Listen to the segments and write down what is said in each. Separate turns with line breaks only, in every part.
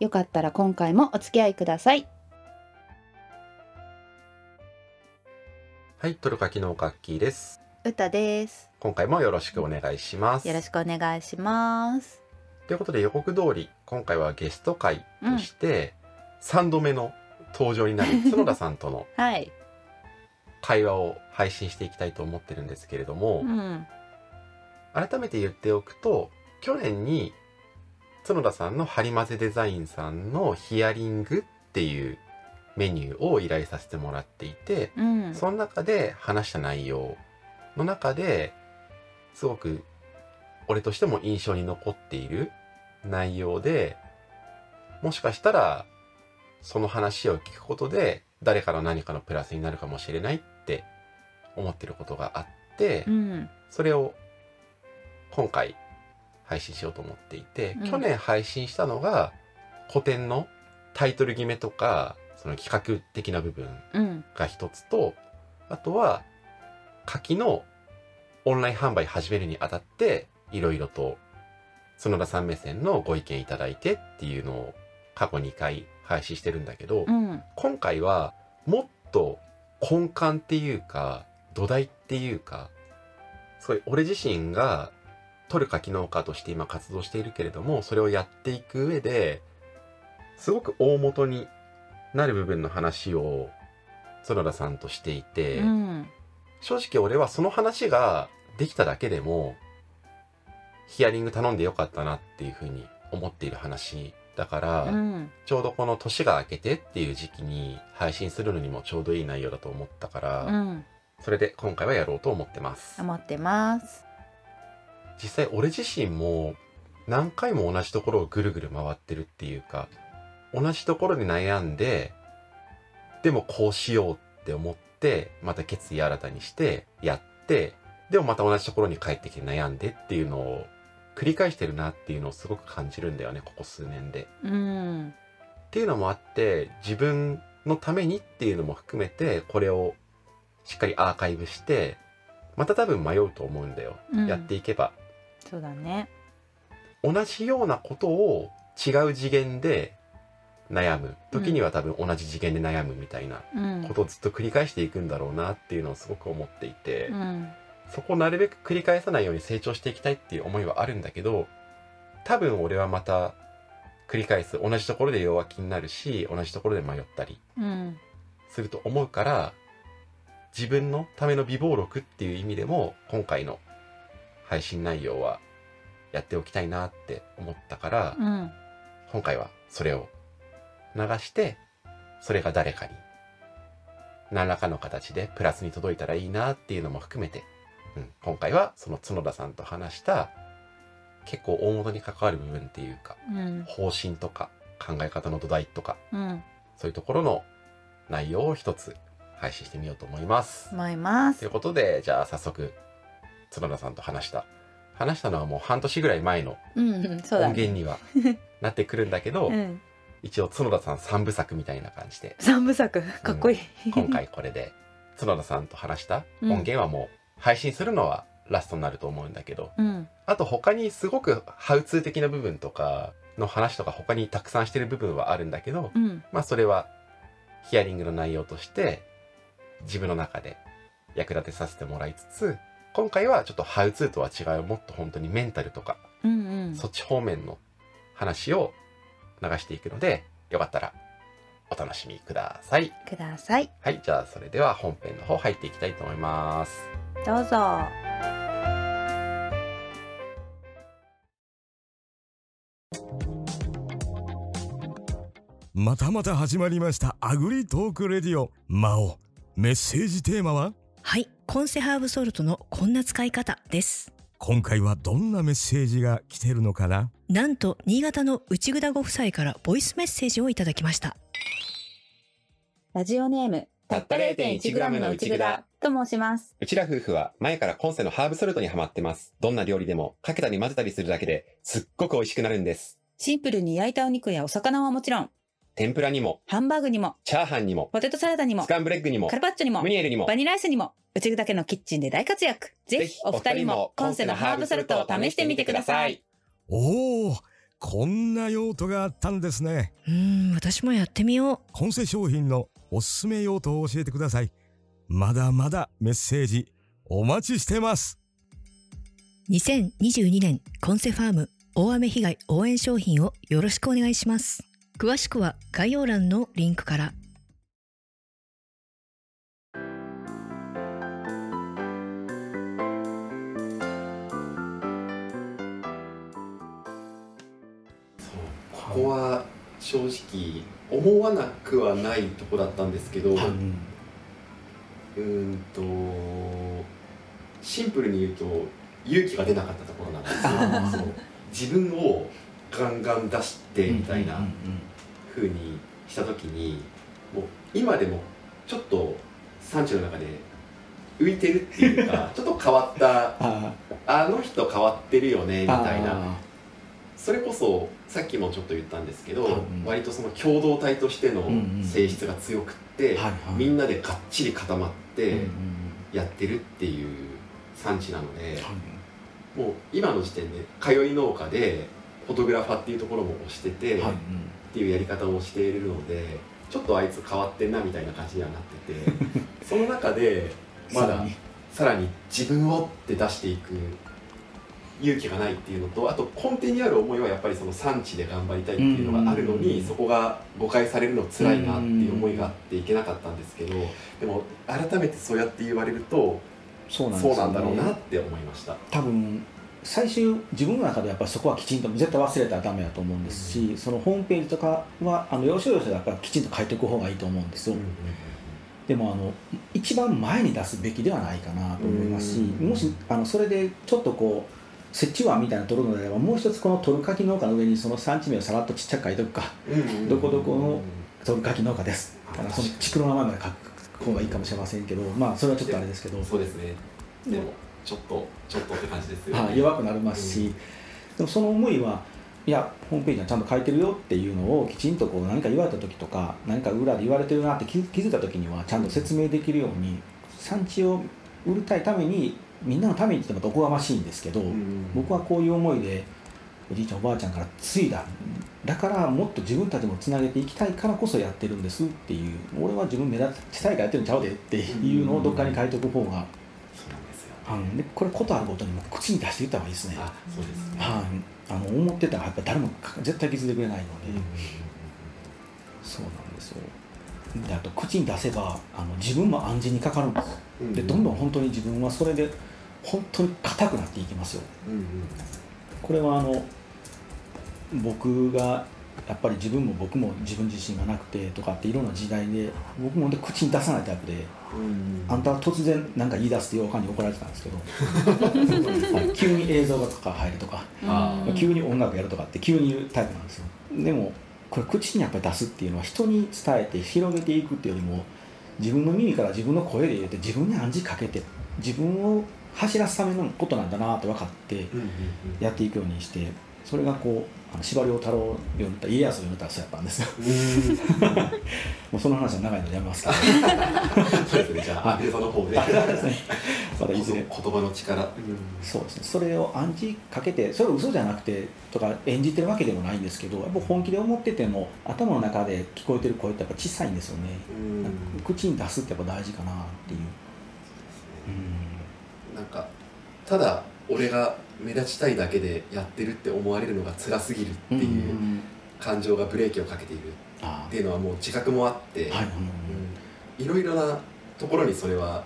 よかったら今回もお付き合いください
はいトルカキのアッキーです
歌です
今回もよろしくお願いします
よろしくお願いします
ということで予告通り今回はゲスト会として3度目の登場になる 角田さんとの
はい
会話を配信していきたいと思ってるんですけれども、
うん
改めて言っておくと去年に角田さんのハリマゼデザインさんのヒアリングっていうメニューを依頼させてもらっていて、
うん
その中で話した内容の中ですごく俺としても印象に残っている内容でもしかしたらその話を聞くことで誰かの何かのプラスになるかもしれないって思ってることがあって、
うん
それを今回配信しようと思っていて、
うん
去年配信したのが古典のタイトル決めとかその企画的な部分
うん
が一つとあとは柿のオンライン販売始めるにあたっていろいろと角田さん目線のご意見いただいてっていうのを過去2回配信してるんだけど、
うん
今回はもっと根幹っていうか土台っていうかすごい俺自身が取るか機能家として今活動しているけれどもそれをやっていく上ですごく大元になる部分の話を園田さんとしていて、
うん
正直俺はその話ができただけでもヒアリング頼んでよかったなっていうふうに思っている話だから、
うん
ちょうどこの年が明けてっていう時期に配信するのにもちょうどいい内容だと思ったから、
うん
それで今回はやろうと思ってます。
思ってます
実際俺自身も何回も同じところをぐるぐる回ってるっていうか、同じところで悩んで、でもこうしようって思って、また決意新たにして、やって、でもまた同じところに帰ってきて悩んでっていうのを繰り返してるなっていうのをすごく感じるんだよね、ここ数年で。
うん
っていうのもあって自分のためにっていうのも含めてこれをしっかりアーカイブしてまた多分迷うと思うんだよ、
うん
やっていけば
そうだね
同じようなことを違う次元で悩む時には多分同じ次元で悩むみたいな
うん
ことをずっと繰り返していくんだろうなっていうのをすごく思っていて、
うん
そこをなるべく繰り返さないように成長していきたいっていう思いはあるんだけど多分俺はまた繰り返す同じところで弱気になるし同じところで迷ったり
うん
すると思うから自分のための備忘録っていう意味でも今回の配信内容はやっておきたいなって思ったから、
うん
今回はそれを流してそれが誰かに何らかの形でプラスに届いたらいいなっていうのも含めて、うん、今回はその角田さんと話した結構大元に関わる部分っていうか
うん
方針とか考え方の土台とか
うん
そういうところの内容を一つ配信してみようと思います。
思いま
と
す
いうことで、じゃあ早速、角田さんと話した。話したのはもう半年ぐらい前の
うんそうだ
音
ね
源にはなってくるんだけど、
うん
一応角田さん三部作みたいな感 じで、
三部作かっこいい
今回これで角田さんと話した音源はもう配信するのはラストになると思うんだけど、
うん
あと他にすごくハウツー的な部分とかの話とか他にたくさんしてる部分はあるんだけど、
うん
まあそれはヒアリングの内容として自分の中で役立てさせてもらいつつ今回はちょっとハウツーとは違うもっと本当にメンタルとか、
うんうん
そっち方面の話を流していくのでよかったらお楽しみください。
ください
はい、じゃあそれでは本編の方入っていきたいと思います。
どうぞ
またまた始まりましたアグリトークレディオ魔王メッセージテーマは
はい、コンセハーブソルトのこんな使い方です。
今回はどんなメッセージが来てるのかな
なんと新潟の内ぐだご夫妻からボイスメッセージをいただきました
ラジオネーム
たった 0.1g の内ぐだ
と申します
うちら夫婦は前から今世のハーブソルトにハマってます。どんな料理でもかけたり混ぜたりするだけですっごく美味しくなるんです。
シンプルに焼いたお肉やお魚はもちろん
天ぷらにも、
ハンバーグにも
チャーハンにも、
ポテトサラダにも
スカンブレッグにも
カ、ルパッチョにも
ムニエルにも
バ、ニラアイスにもうちだけのキッチンで大活躍ぜひお二人も今世のハーブソルトを試してみてください。
おおこんな用途があったんですね
うーん私もやってみよ
今世商品のおすすめ用途を教えてくださいまだまだメッセージお待ちしてます
う2022年コンセファーム大雨被害応援商品をよろしくお願いします詳しくは概要欄のリンクから
ここは正直思わなくはないとこだったんですけど、うーんとシンプルに言うと勇気が出なかったところなんですよそう自分をガンガン出してみたいな風にした時にもう今でもちょっと産地の中で浮いてるっていうかちょっと変わった
あ
あの人変わってるよねみ
み
たいなそれこそさっきもちょっと言ったんですけど、
うん
割とその共同体としての
んうん
性質が強くって、みんなでがっちり固まってやってるっていう産地なので、もう今の時点で通い農家でフォトグラファーっていうところも推してて、っていうやり方をしているのでちょっとあいつ変わってんなみたいな感じにはなって てその中でまださらに自分をって出していく勇気がないっていうのとあと根底にある思いはやっぱりその産地で頑張りたいっていうのがあるの
うんうん
に
うん
そこが誤解されるの辛いなっていう思いがあっていけなかったんですけどでも改めてそうやって言われると
そうなんです
そう
よね
なんだろうなって思いました。
多分最終自分の中でやっぱりそこはきちんと絶対忘れたらダメだと思うんですし、そのホームページとかはあの要所要所でやっぱりきちんと書いておく方がいいと思うんですよ、でもあの一番前に出すべきではないかなと思いますし、
うん
もしあのそれでちょっとこう折衷案みたいなの取るのであればもう一つこの取る柿農家の上にその産地名をさらっとちっちゃく書いておくかどこどこの取る柿農家です
あ
あの
確か
そ
に
の地区の名前まで書く方がいいかもしれませんけどまあそれはちょっとあれですけど
そうですねでもちょっとちょっとって感じ ですよ
はい、
ね。
弱くなりますし、
うん
でもその思いはいやホームページにはちゃんと書いてるよっていうのをきちんとこう何か言われた時とか何か裏で言われてるなって気気づいた時にはちゃんと説明できるように産地を売りたいためにみんなのためにって言ってもおこがましいんですけど、僕はこういう思いでおじいちゃんおばあちゃんから継いだだからもっと自分たちもつなげていきたいからこそやってるんですっていう俺は自分目立ちたいからやってるんちゃうでっていうのをどっかに書いておく方が、
そうなんですよ。
あのでこれことあるごとにもう口に出して言った方がいいですね。
あ、そうですね。
はい、あの思ってたらやっぱ誰もか絶対気づいてくれないので、
うん
そうなんですよであと口に出せばあの自分も暗示にかかるんです
うんうん
でどんどん本当に自分はそれで本当に硬くなっていきますよ
うんうん
これはあの僕がやっぱり自分も僕も自分自身がなくてとかっていろんな時代で僕もね口に出さないタイプで
うん
あんたは突然なんか言い出すってようかんに怒られてたんです けどはい急に映像がとか入るとか
あ
急に音楽やるとかって急に言うタイプなんですよでもこれ口にやっぱり出すっていうのは人に伝えて広げていくっていうよりも自分の耳から自分の声で入れて自分に暗示かけて自分を走らすためのことなんだなって分かって
うんうん
やっていくようにしてそれがこうあの司馬遼太郎を読んだ家康を読んだらそうやったんですよ
うん。
もうその話は長いのでやめますけど
そうですね。じゃあ、アベさの方で。
またいずれ
言葉の力。
そうですねそれを暗示かけてそれを嘘じゃなくてとか演じてるわけでもないんですけどやっぱ本気で思ってても頭の中で聞こえてる声ってやっぱ小さいんですよね、
うん
なんか口に出すってやっぱ大事かなっていう、
なんか、ただ、俺が目立ちたいだけでやってるって思われるのが辛すぎるって
う
いうん感情がブレーキをかけているっ
あ
ていうのはもう自覚もあって、
ーはい、
いろいろなところにそれは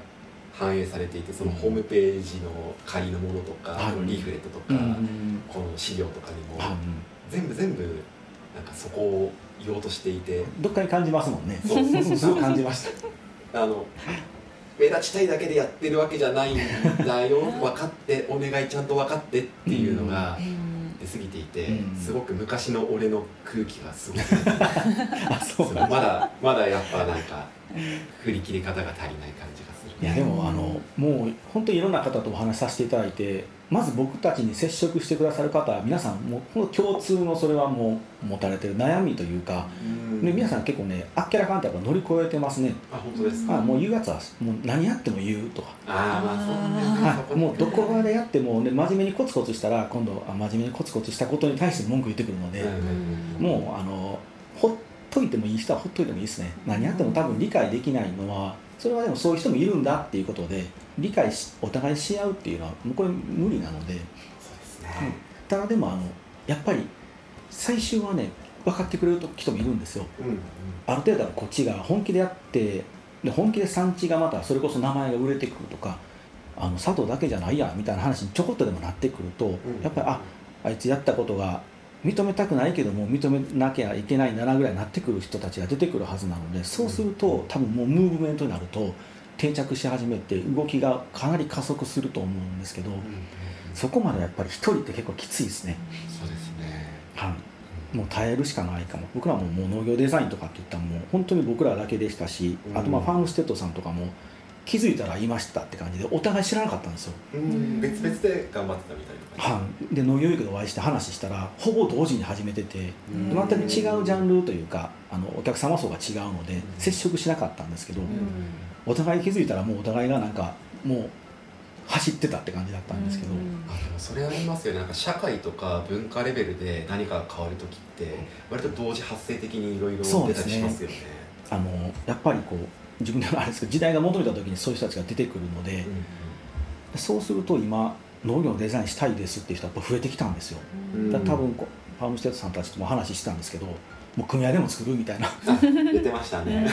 反映されていてそのホームページの仮のものとか、
はい
このリーフレットとか、
うん
この資料とかにも、
あ
全部全部なんかそこを言おうとしていて
どっかに感じますもんね
そう
僕もすごい感じました
あの目立ちたいだけでやってるわけじゃないんだ よ分かってお願いちゃんと分かってっていうのが出過ぎていて、
うん
すごく昔の俺の空気がすごく
あそう
まだまだやっぱなんか振り切り方が足りない感じがす
い
る
やでもあのもう本当にいろんな方とお話しさせていただいてまず僕たちに接触してくださる方は皆さんもうこの共通のそれはもう持たれてる悩みというか、
うん
で皆さん結構ねあっけらかんとやっぱ乗り越えてますね、
あ本当ですか
あもう言うやつはもう何やっても言うとか、
あーまあそうね
あもうどこまでやっても、ね、真面目にコツコツしたら今度あ真面目にコツコツしたことに対して文句言ってくるので、
うん
もうあのほっといてもいい人はほっといてもいいですね何やっても多分理解できないのはそれはでもそういう人もいるんだっていうことで理解しお互いし合うっていうのはもうこれ無理なの
そ
で
うですね
ただでもあのやっぱり最終はね分かってくれる人もいるんですよ
うんうん
ある程度はこっちが本気でやってで本気で産地がまたそれこそ名前が売れてくるとかあの佐藤だけじゃないやみたいな話にちょこっとでもなってくると、
うん
やっぱりああいつやったことが認めたくないけども認めなきゃいけないならぐらいになってくる人たちが出てくるはずなのでそうすると多分もうムーブメントになると定着し始めて動きがかなり加速すると思うんですけど
うん
そこまでやっぱり一人って結構きついですね。
そうですね
はいもう耐えるしかないかも僕らももう農業デザインとかって言ったらもう本当に僕らだけでしたし、
うん
あとまあファームステッドさんとかも気づいたら言いましたって感じでお互い知らなかったんですよ、
うん別々で頑張ってたみたいな感じ
はい、で農業育でお会いして話したらほぼ同時に始めてて
うん
全く違うジャンルというかあのお客様層が違うので接触しなかったんですけど、
うん
お互い気づいたらもうお互いがなんかもう走ってたって感じだったんですけど、
あでもそれありますよねなんか社会とか文化レベルで何かが変わる時って割と同時発生的にいろいろ
そう
出
で
た
す
り
ね
しますよね
あのやっぱりこう自分でもあれですけど時代が求めた時にそういう人たちが出てくるので。そうすると今農業のデザインしたいですっていう人はやっぱ増えてきたんですよ、
うんうん
だから多分こうファームステートさんたちとも話したんですけどもう組合でも作るみたいな
あ出てましたね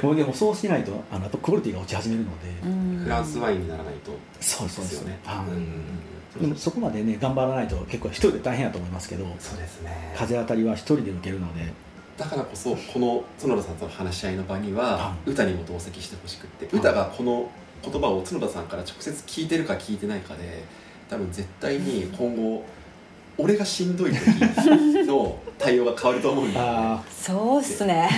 も うでもそうしないとあのやっぱクオリティが落ち始めるので、
フランスワインにならないと
そうです
で
そうですす
よね
はい
うん
でもそこまでね頑張らないと結構一人で大変やと思いますけど
そうですね
風当たりは一人で受けるので
だからこそこの角田さんとの話し合いの場には
は
歌にも同席してほしくって歌がこの言葉を角田さんから直接聞いてるか聞いてないかで多分絶対に今後俺がしんどい時の対応が変わると思うんですよね
ああ
そうっすね。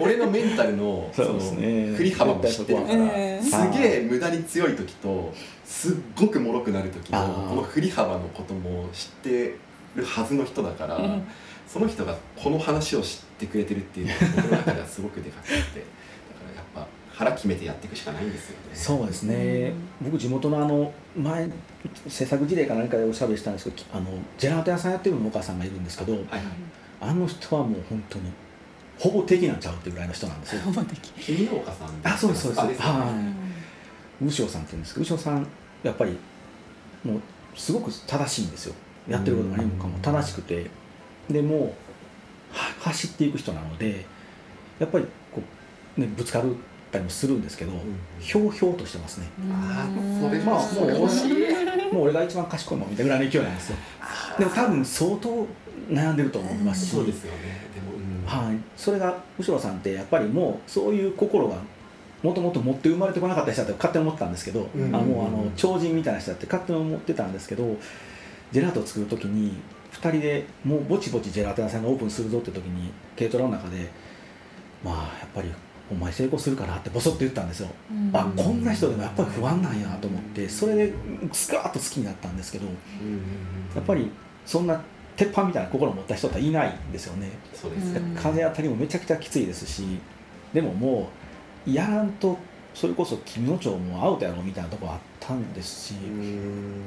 俺のメンタルの
そうですね
その振り幅も知ってるか
うん
らすげえ無駄に強い時とすっごく脆くなる時
あ
の
ー
この振り幅のことも知ってるはずの人だから、
うん
その人がこの話を知ってくれてるっていうのが僕の中ではすごくでかくてだからやっぱ腹決めてやっていくしかないんですよね。
そうですね、僕地元のあの前制作事例か何かでおしゃべりしたんですけどあのジェラート屋さんやってる農家さんがいるんですけど、
はいはい、
あの人はもう本当にほぼ敵なんちゃうってぐらいの人なんですよ
君の岡さん
あそうですそうです
あよね
はい牛尾さんって言うんですけど牛尾さんやっぱりもうすごく正しいんですよやってることも何もかも
うん
正しくてでもうは走っていく人なのでやっぱりこう、ね、ぶつかるったりもするんですけど、ひょうひょうとしてますね
あーそれ
まあ
もそれ
もう
欲しい
もう俺が一番賢いもんみたいなぐらいの勢いなんですよでも多分相当悩んでると思いますし
そうですよねでも、うん
はい、それが後ろさんってやっぱりもうそういう心がもともと持って生まれてこなかった人だって勝手に思ってたんですけど、
うん
あもうあの超人みたいな人だって勝手に思ってたんですけどジェラートを作る時に2人でもうぼちぼちジェラート屋さんがオープンするぞって時に軽トラの中でまあやっぱりお前成功するかなってボソッと言ったんですよ、あこんな人でもやっぱり不安なんやと思ってそれでスカーッと好きになったんですけどや
うんうんうん
っぱりそんな鉄板みたいな心を持った人っていないんですよね
そうです
うん
風当たりもめちゃくちゃきついですしでももうやらんとそれこそ君の町もアウトやろみたいなとこあったんですし、
うん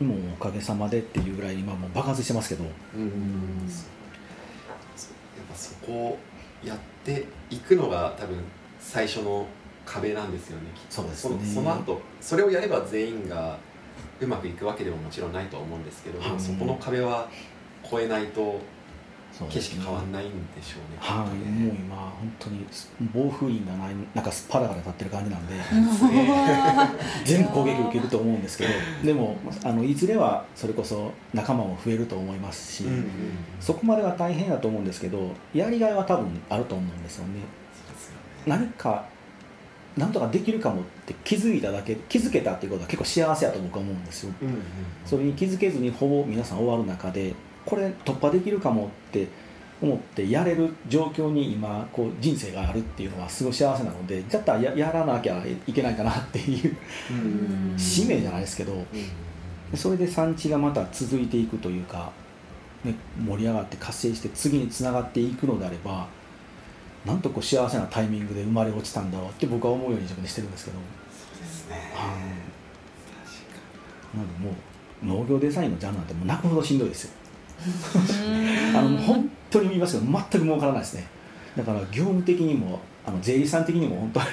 もうおかげさまでっていうぐらい今もう爆発してますけど
うんそやっぱそこをやっていくのが多分最初の壁なんですよねきっと
そうです
そ
ね
のその後それをやれば全員がうまくいくわけでももちろんないとは思うんですけど、でも
はい
そこの壁は越えないと
そう
景
です
色
ね
変わんないんでしょうね。
はい、もう今本当に暴風林がない中すっぱらから立ってる感じなんで
すげえ
全部攻撃受けると思うんですけどでもあのいずれはそれこそ仲間も増えると思いますし、
うんうんそ
そこまでは大変だと思うんですけどやりがいは多分あると思うんですよね
うですよね
何かなんとかできるかもって気づいただけ気づけたっていうことは結構幸せやと僕は思うんですよ
うんうん
それに気づけずにほぼ皆さん終わる中でこれ突破できるかもって思ってやれる状況に今こう人生があるっていうのはすごい幸せなのでだったらややらなきゃいけないかなっていう
うん
使命じゃないですけど
うん
それで産地がまた続いていくというか、ね、盛り上がって活性して次につながっていくのであればなんとこう幸せなタイミングで生まれ落ちたんだろうって僕は思うように自分でしてるんですけど。
ですね
はいなんでもう農業デザインのジャンルなんてもう泣くほどしんどいですよ あのもう本当に見ますけど全く儲からないですねだから業務的にもあの税理士さん的にも本当に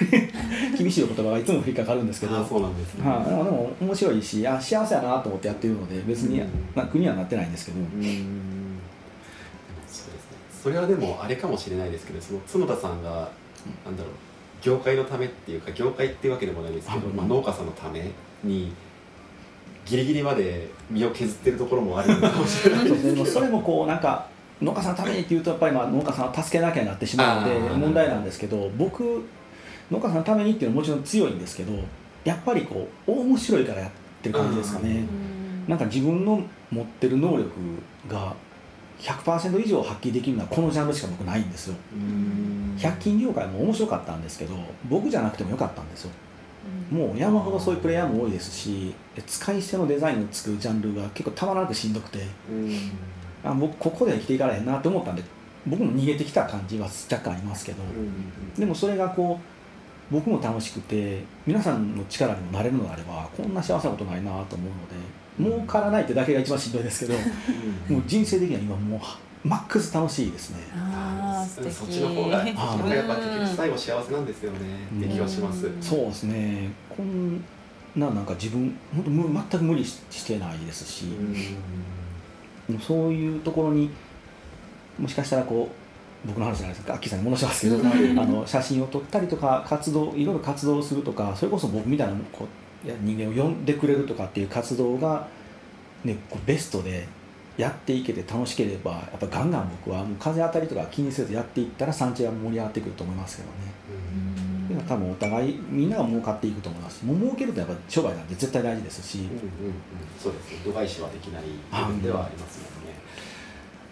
厳しいお言葉がいつも引っかかるんですけど
あーそうなんですね
はい、でもでも面白いしあ幸せやなと思ってやってるので別に、
うん
まあ、国はなってないんですけど、
うーんそうですねそれはでもあれかもしれないですけどその角田さんが、なんだろう業界のためっていうか業界っていうわけでもないですけど、
うん
まあ、農家さんのためにギリギリまで身を削ってるところもあるのかもしれない
そう
で
ですね、
す
でも
け
そ
ど
れもこうなんか農家さんのためにっていうとやっぱりまあ農家さんを助けなきゃになってしまうので
あー
問題なんですけど僕農家さんのためにっていうのはもちろん強いんですけどやっぱりこう面白いからやってる感じですかねなんか自分の持ってる能力が100%以上発揮できるのはこのジャンルしか僕ないんですよ
うーん
100均業界も面白かったんですけど僕じゃなくてもよかったんですよもう山ほどそういうプレイヤーも多いですし使い捨てのデザインを作るジャンルが結構たまらなくしんどくて
うーん
あ僕ここでは生きていかれへんなと思ったんで僕も逃げてきた感じは若干ありますけどでもそれがこう僕も楽しくて皆さんの力にもなれるのであればこんな幸せなことないなと思うので儲からないってだけが一番しんどいですけどもう人生的には今もうマックス楽しいですね
あ
あー
ー素敵
そっちの方がそっちの方がやっぱ結局最後幸せなんですよねって気はします
うん
そうですねこんななんか自分本当む全く無理ししてないですし、
うん
でもそういうところにもしかしたらこう僕の話じゃないですかアッキーさんに戻しますけどあの写真を撮ったりとか活動いろいろ活動するとかそれこそ僕みたいなこういや人間を呼んでくれるとかっていう活動が、ね、こうベストでやっていけて楽しければやっぱガンガン僕はもう風当たりとか気にせずやっていったら産地は盛り上がってくると思いますけどね。っていうのは多分お互いみんなが儲かっていくと思いますもう儲けるとやっぱ商売なんて絶対大事ですし、
うんうんうん、そうですね度外視はできない部分ではありますもんね、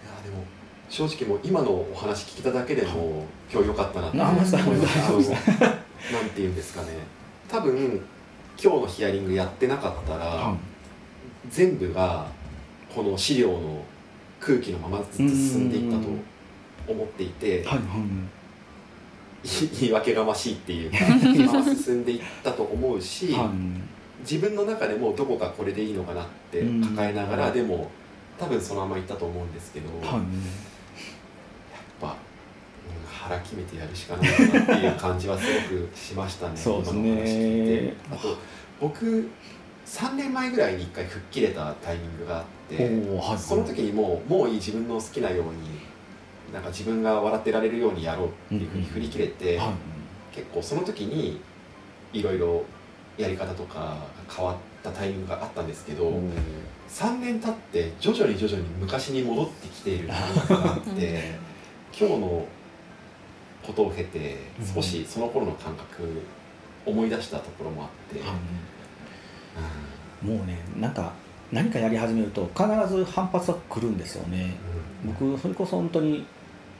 いやでも正直もう今のお話聞いただけでも今日良かったなって
あ
思い
ま
ま
した
したあの
大丈夫で
なんていうんですかね多分今日のヒアリングやってなかったら、全部がこの資料の空気のままずっと進んでいったと思っていて、
はいはい
言い訳がましいって いうかまま進んでいったと思うし、
はい
自分の中でもどこかこれでいいのかなって抱えながら、でも多分そのままいったと思うんですけど、
は
やっ
い
ぱ、うん腹決めてやるしかないなっていう感じはすごくしましたね
そうですね
今のお話聞いてあと僕3年前ぐらいに1回吹っ切れたタイミングがあって
おおはい
その時にもうもういい自分の好きなようになんか自分が笑ってられるようにやろうっていうふうに振り切れて。
はい
結構その時にいろいろやり方とかが変わったタイミングがあったんですけど、3年経って徐々に徐々に昔に戻ってきている感覚があって今日のことを経て少しその頃の感覚思い出したところもあって、
はいもうねなんか何かやり始めると必ず反発は来るんですよね僕それこそ本当に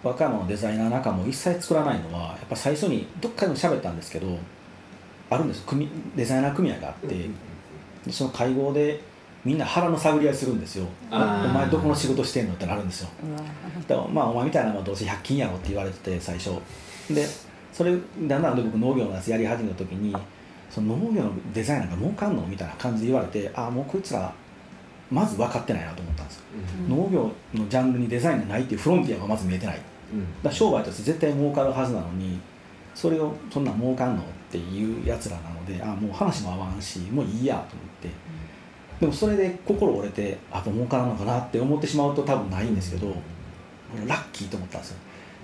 和歌山のデザイナー仲間を一切作らないのはやっぱ最初にどっかでも喋ったんですけどあるんです組デザイナー組合があって、
うんうん
でその会合でみんな腹の探り合いするんですよ「お
あー
前どこの仕事してんの?」ってなるんですよでもまあお前みたいなのはどうせ100均やろって言われてて最初でそれだんだんで僕農業のやつやり始めた時にその農業のデザイナーが儲かんのみたいな感じで言われてああもうこいつらまず分かってないなと思ったんですよ、
うん
農業のジャンルにデザインがないっていうフロンティアがまず見えてないだか
うん
ら商売として絶対儲かるはずなのにそれをそんなん儲かんのっていうやつらなのでああもう話も合わんしもういいやと思ってでもそれで心折れてあやっぱ儲からんのかなって思ってしまうと多分ないんですけどラッキーと思ったんですよ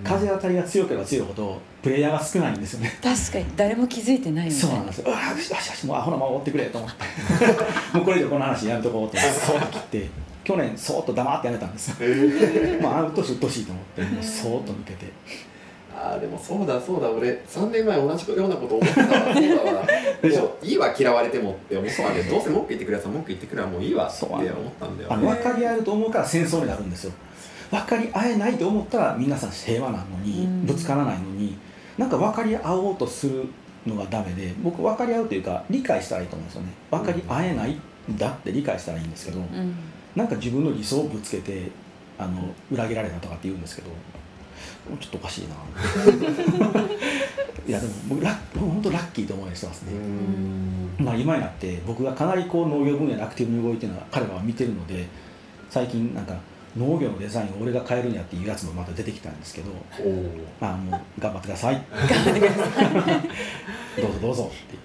風当たりが強ければ強いほどプレイヤーが少ないんですよね、
確かに誰も気づいてないみた
そうないん
な
ですようわよしよしよしもうアホなまま追ってくれと思って もうこれ以上この話やめとこうと思ってそう切って去年 そーっと黙ってやめたんですよ
えー
まああの年うっとうしいと思ってもうそーっと抜けて
ああーでもそうだそうだ俺3年前同じようなこと思ってた わそうだわ
でしょ
もういいわ嫌われてもって思ったんでどうせ文句言ってくるやつは文句言ってくるはもういいわって
そう
思
な
っ
んだよ
たんだ
あ
よ
の分かり合えると思うから戦争になるんですよ分かり合えないと思ったら皆さん平和なのに
うん
ぶつからないのになんか分かり合おうとするのがダメで僕分かり合うというか理解したらいいと思うんですよね分かり合えないんだって理解したらいいんですけど
うん
なんか自分の理想をぶつけてあの裏切られたとかって言うんですけどちょっとおかしいな いやでも僕ラッ本当ラッキーと思いしてます
う
ね、
ん
まあ、今になって僕がかなりこう農業分野でアクティブに動いてるのは彼らは見てるので最近なんか農業のデザインを俺が変えるんやっていうやつもまた出てきたんですけど
おー
まあもう頑張ってください どうぞどうぞって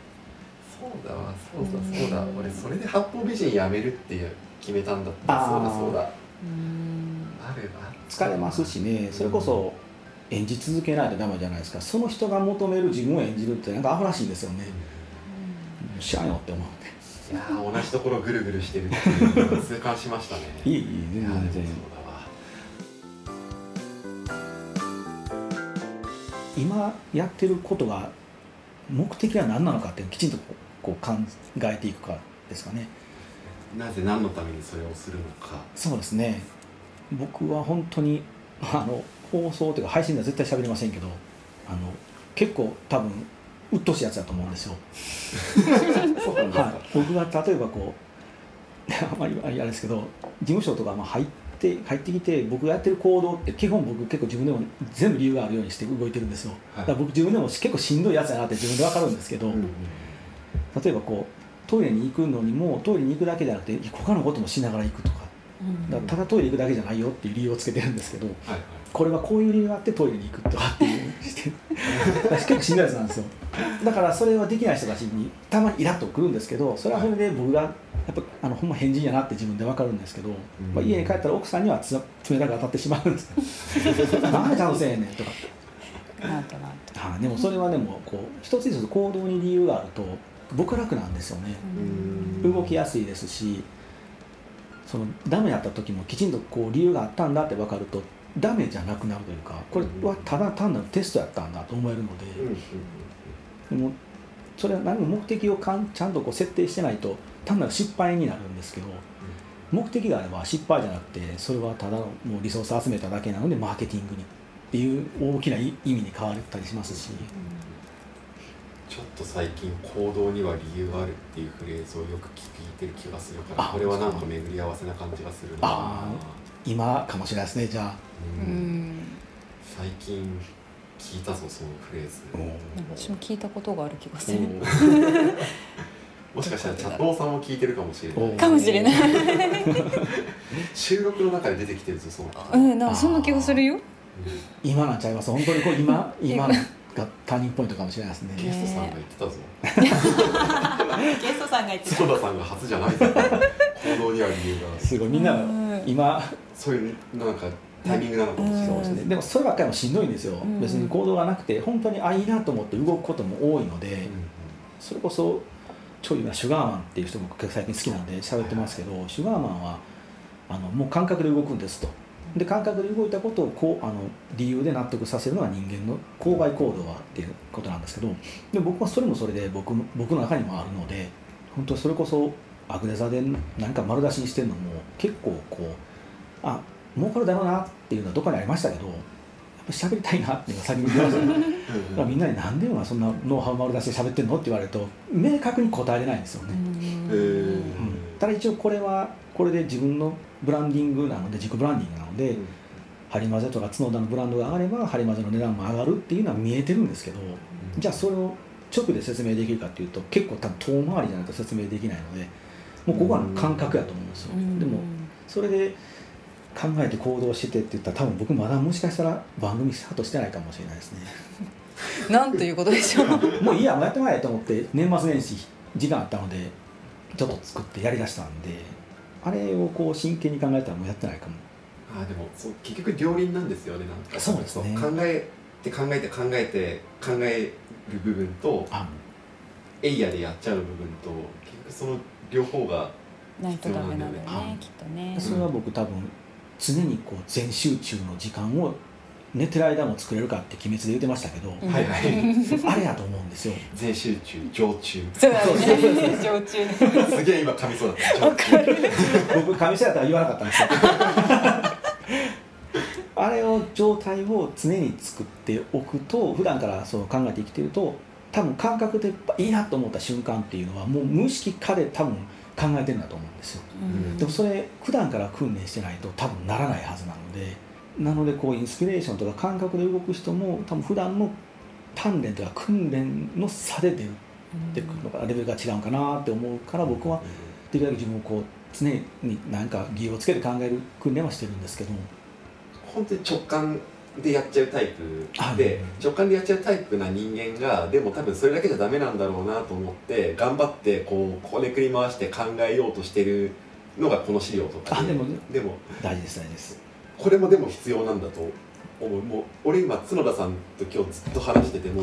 そうだわそうだそうだ俺それで八方美人やめるっていう決めたんだった
あ
そうだ
ー
そうだ
うん
あるわ
疲れますしねそれこそ演じ続けないとダメじゃないですかその人が求める自分を演じるってなんかアホらしいんですよね知らんよって思う
いやー同じところぐるぐるしてるっていうのを 痛感しましたね
いいいい
い
全
やーでも
然
そうだわ
今やってることが目的は何なのかっていうのをきちんとこう考えていくかですかね
なぜ何のためにそれをするのか
そうですね僕は本当に あの放送というか配信では絶対喋りませんけどあの結構多分鬱陶しいやつだと思うんですよ、
そうなんですか
はい、僕は例えばこう あまりあれですけど事務所とかまあ入って入ってきて僕がやってる行動って基本僕結構自分でも全部理由があるようにして動いてるんですよ、
はい
だから僕自分でも結構しんどいやつだなって自分で分かるんですけど、
うんうん
例えばこうトイレに行くのにもトイレに行くだけじゃなくて他のこともしながら行くとかだからただトイレ行くだけじゃないよっていう理由をつけてるんですけど
はいはい
これはこういう理由があってトイレに行くとかって いうして私結構しんどいやつなんですよだからそれはできない人たちにたまにイラッとくるんですけどそれはそれで僕がやっぱあのほんま変人やなって自分で分かるんですけど、まあ、家に帰ったら奥さんにはつ冷たく当たってしまうんです よなんでちゃんとせえへんねんとかって
なんとなんと。
はいでもそれはでもこう一つ一つ行動に理由があると僕楽なんですよね、
うん
動きやすいですしそのダメだった時もきちんとこう理由があったんだって分かるとダメじゃなくなるというかこれはただ単なるテストやったんだと思えるの
うんうん
で
うん
でもそれは何も目的をかんちゃんとこう設定してないと単なる失敗になるんですけど目的があれば失敗じゃなくてそれはただのもうリソースを集めただけなのでマーケティングにっていう大きな意意味に変わったりしますし
ちょっと最近行動には理由があるっていうフレーズをよく聞いてる気がするから
あ
これはなんか巡り合わせな感じがするな
あ今かもしれないですねじゃ
う
うんん。
最近聞いたぞそのフレーズ
なんか私も聞いたことがある気がする。
もしかしたらチャットさんも聞いてるかもしれ
あ
ない
かもしれ ない。
収録の中で出てきてるぞその
うん、なんかそんな気がするよ。
今なんちゃいます本当にこう 今今がターニングポイントかもしれないです
ゲ
ね
ストさんが言ってたぞ
ゲストさんが言
角田さんが初じゃないぞ行動には理由がある
すごいみんな
うん
今
そういうなんかタイミングなのかもしれ
ん
ない
そうですねでもそればっかりもしんどいんですよ
ん
別に行動がなくて本当にあいいなと思って動くことも多いのでそれこそちょいなシュガーマンっていう人も僕最近好きなんで喋ってますけどシュガーマンはあのもう感覚で動くんですとで感覚で動いたことをこうあの理由で納得させるのが人間の購買行動はっていうことなんですけどでも僕はそれもそれで僕も僕の中にもあるので本当それこそアグレザでなんか丸出しにしてるのも結構こうあ儲かるだろうなっていうのはどこかにありましたけどやっぱ喋りたいなっていうのが先に言ってましたねだからみんなに「なんでお前そんなノウハウ丸出しで喋ってんの?」って言われると明確に答えれないんですよね、
えー
うんただ一応これはこれで自分のブランディングなので自己ブランディングなので、ハリマゼとか角田のブランドが上がればハリマゼの値段も上がるっていうのは見えてるんですけどじゃあそれを直で説明できるかっていうと結構多分遠回りじゃないと説明できないのでもうここは感覚やと思うんですよ、でもそれで考えて行動しててって言ったら多分僕まだもしかしたら番組スタートしてないかもしれないですね
なんということでし ょう。
もういいやもうやってもらえと思って年末年始時間あったのでちょっと作ってやりだしたんであれをこう真剣に考えたらもうやってないかも
あーでもそう結局両輪なんですよねなんか
そうですね
考えて考えて考えて考える部分と
あ
エイヤーでやっちゃう部分と結局その両方が
ないとダメなんだよ
そうなんだよ
ね
ね、
きっとね。
それは僕多分常にこう全集中の時間を寝てる間も作れるかって鬼滅で言ってましたけど、
はいはい
あれやと思うんですよ
全集中常 駐
そうだね常駐
すげえ今噛みそうだった
わかる
僕神社やったら言わなかったんですよ あれを状態を常に作っておくと普段からそう考えて生きてると多分感覚でいいなと思った瞬間っていうのはもう無意識化で多分考えてるんだと思うんですよ
うん
でもそれ普段から訓練してないと多分ならないはずなのでなのでこうインスピレーションとか感覚で動く人も多分普段の鍛錬とか訓練の差で出る出てくるのかレベルが違うかなって思うから僕はできるだけ自分をこう常に何か義をつけて考える訓練はしてるんですけど
本当に直感でやっちゃうタイプ
あ
で、
うん
直感でやっちゃうタイプな人間がでも多分それだけじゃダメなんだろうなと思って頑張ってこうこねくり回して考えようとしてるのがこの資料とか
あでも
でも
大事です大事です
これもでも必要なんだと思うもう俺今角田さんと今日ずっと話してても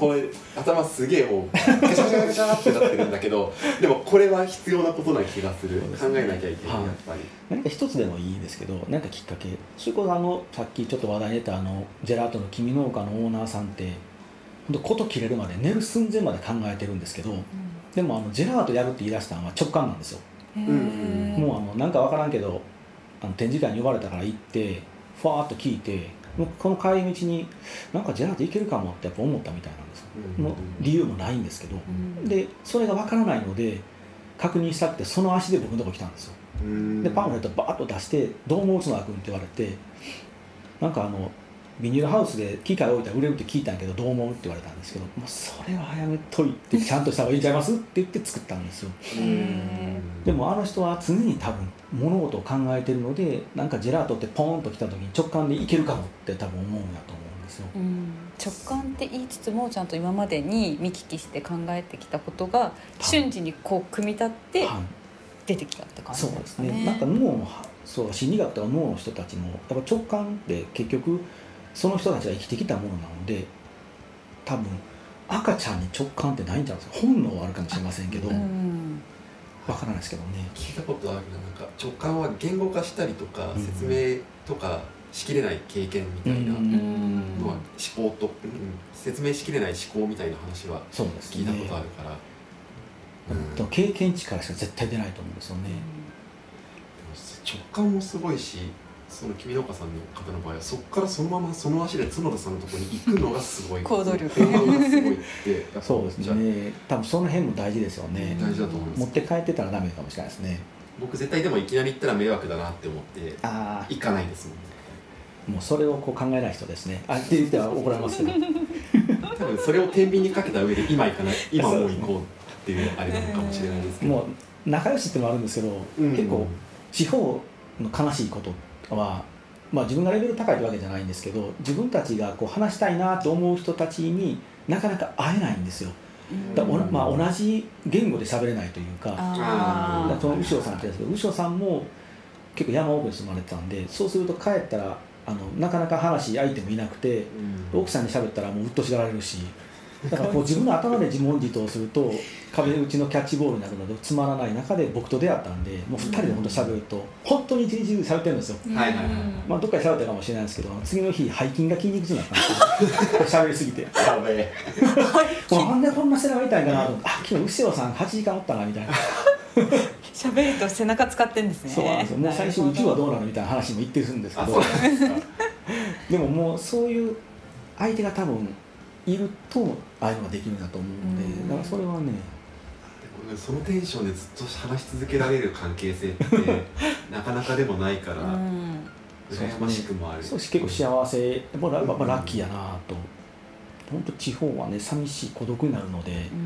これ頭すげえもうガチャガチャガチャガチャってなってるんだけどでもこれは必要なことな気がする
そうです
考
ね
えなきゃいけない
はい
やっぱり、
何か一つでもいいですけど何かきっかけそれこそあのさっきちょっと話題に出たあのジェラートの君農家のオーナーさんって本当こと切れるまで寝る寸前まで考えてるんですけどでもあのジェラートやるって言い出したのは直感なんですよ
うん
もうあのなんかわからんけどあの展示会に呼ばれたから行ってふわーっと聞いてもうこの帰り道になんかジェラートいけるかもってやっぱ思ったみたいなんですよ
うん
もう理由もないんですけど
うん
でそれがわからないので確認したくてその足で僕のとこ来たんですよ
うん
でパンフレットバーッと出して「どうも内野君」って言われてなんかあのビニールハウスで機械置いたら売れるって聞いたんやけど「どう思う?」って言われたんですけど「もうそれは早めといてちゃんとした方がいいんちゃいます?」って言って作ったんですよ
うん
でもあの人は常に多分物事を考えてるのでなんかジェラートってポーンと来た時に直感でいけるかもって多分思うんだと思うんですよ
直感って言いつつもちゃんと今までに見聞きして考えてきたことが瞬時にこう組み立って
はい
出てきたって感じ
そう
なん
で
です
す
か
ね
ね。
なんか脳のそう心理学とか脳の人たちもやっぱ直感って結局その人たちが生きてきたものなので多分赤ちゃんに直感ってないんじゃないですか本能はあるかもしれませんけど、
う
わ
ん
からないですけどね
聞いたことあるけどなんか直感は言語化したりとか、
うん
説明とかしきれない経験みたいな
うん
うん
のは思考と、うん説明しきれない思考みたいな話は
そうです
聞い
ね
たことあるから、うん
でも経験値からしか絶対出ないと思うんですよね、
直感もすごいしその君の岡さんの方の場合はそこからそのままその足で角田さんのところに行くのがすごい
行動力
行動力がすごいってやっぱ
そうですね多分その辺も大事ですよね、
大事だと思います
持って帰ってたらダメかもしれないですね
僕絶対でもいきなり行ったら迷惑だなって思って
あ
行かないですもんね
あもうそれをこう考えない人ですねあって言っては怒られますけど
多分それを天秤にかけた上で今行かない今もう行こうっていうあれなのかもしれないですけど
もう仲良しってのもあるんですけど、
うん
結構地方の悲しいことは、まあ、自分がレベル高いってわけじゃないんですけど自分たちがこう話したいなと思う人たちになかなか会えないんですよだからおなまあ、同じ言語で喋れないというかだか
あ
ら
ー
その牛尾さんって言うんですけど牛尾さんも結構山奥に住まれてたんでそうすると帰ったらあのなかなか話し相手もいなくて
うん
奥さんに喋ったらもううっとしがられるしだからこう自分の頭で自問自答すると壁打ちのキャッチボールになるのでつまらない中で僕と出会ったんでもう2人で本当喋ると本当に一日中喋ってるんですよ、
はいはいはい
まあ、どっかで喋ったかもしれないんですけど次の日背筋が筋肉痛になったんですよ喋りすぎて
やべえ
もうなんでこんな背中痛いんかなと思ってあ昨日後ろさん8時間おったなみたいな
喋ると背中使ってんですね。
そうなんですよもう最初宇宙はどうなのみたいな話も言ってるんですけ
あ
ど
そうなんですか
でももうそういう相手が多分いるとああいうのができるんだと思うので、
うん
だからそれはね
そのテンションでずっと話し続けられる関係性ってなかなかでもないから
う、ん
羨ましくもある
そうし結構幸せやっぱラやっぱラッキーやなと本当地方はね寂しい孤独になるので、
うん
いやでも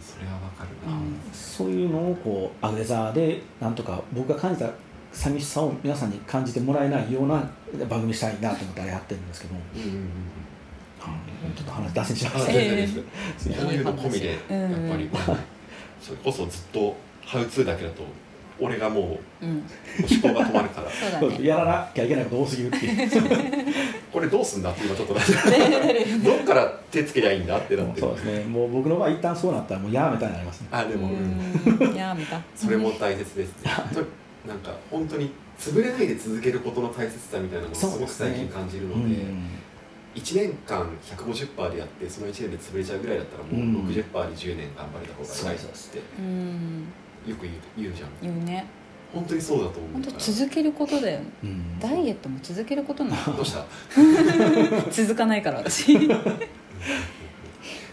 それはわかるな、
うん
そういうのをこうアグレザーでなんとか僕が感じた寂しさを皆さんに感じてもらえないような番組したいなと思ってあれやってるんですけど、
うんうんうん
ちょっと話脱線しま
あ
した
全然
ね、
です
すいません
こういうの込みでやっぱ
うん
り、それこそずっとハウツーだけだと俺がも
うん
う思考が止まるから
そうだ
そうです
ね。
やらなきゃいけないこと多すぎるっていう
これどうすんだって今ちょっとなって どっから手つけりゃいいんだってなってる
そうですねもう僕の場合一旦そうなったらもうやめたいになりますね
あでも、うん
いやーみたいな。
それも大切ですねとなんか本当に潰れないで続けることの大切さみたいなのをす
そう
ご
で
く
すね
最近感じる
う
ので、
ん
1年間150%でやってその1年で潰れちゃうぐらいだったらも
うん
う60%で10年頑張れた方が偉いぞ
そう
って
うん
よく言う言うじゃん
言うね
本当にそうだと思
本
うか
当
ら
続けることだよ
うん
ダイエットも続けることなの
どうした
続かないから私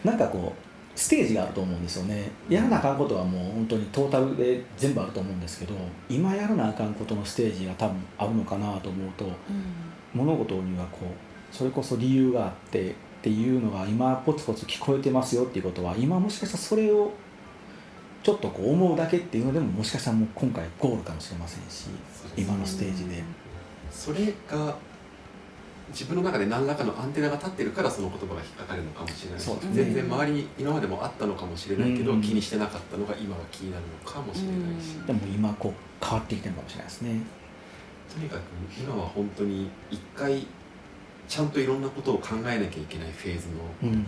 なんかこうステージがあると思うんですよねやらなあかんことはもう本当にトータルで全部あると思うんですけど今やらなあかんことのステージが多分あるのかなと思うと物事にはこうそれこそ理由があってっていうのが今ポツポツ聞こえてますよっていうことは今もしかしたらそれをちょっとこう思うだけっていうのでももしかしたらもう今回ゴールかもしれませんし今のステージで
それが自分の中で何らかのアンテナが立ってるからその言葉が引っかかるのかもしれないし
そうです
ね
全然周りに今までもあったのかもしれないけど、
うん
気にしてなかったのが今は気になるのかもしれないし、
うん
でも今こう変わってきてるかもしれないですね
とにかく今は本当に一回ちゃんといろんなことを考えなきゃいけないフェーズの
うん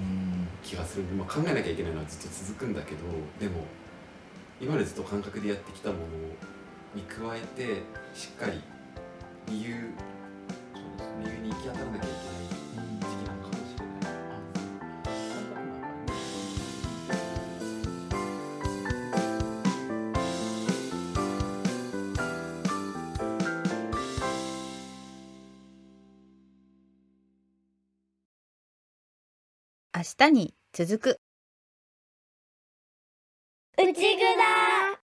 気がするんで、まあ、考えなきゃいけないのはずっと続くんだけどでも今までずっと感覚でやってきたものに加えてしっかり理由そうです理由に行き当たらなきゃいけない時期なのかもしれない。
明日に続く
うちぐだ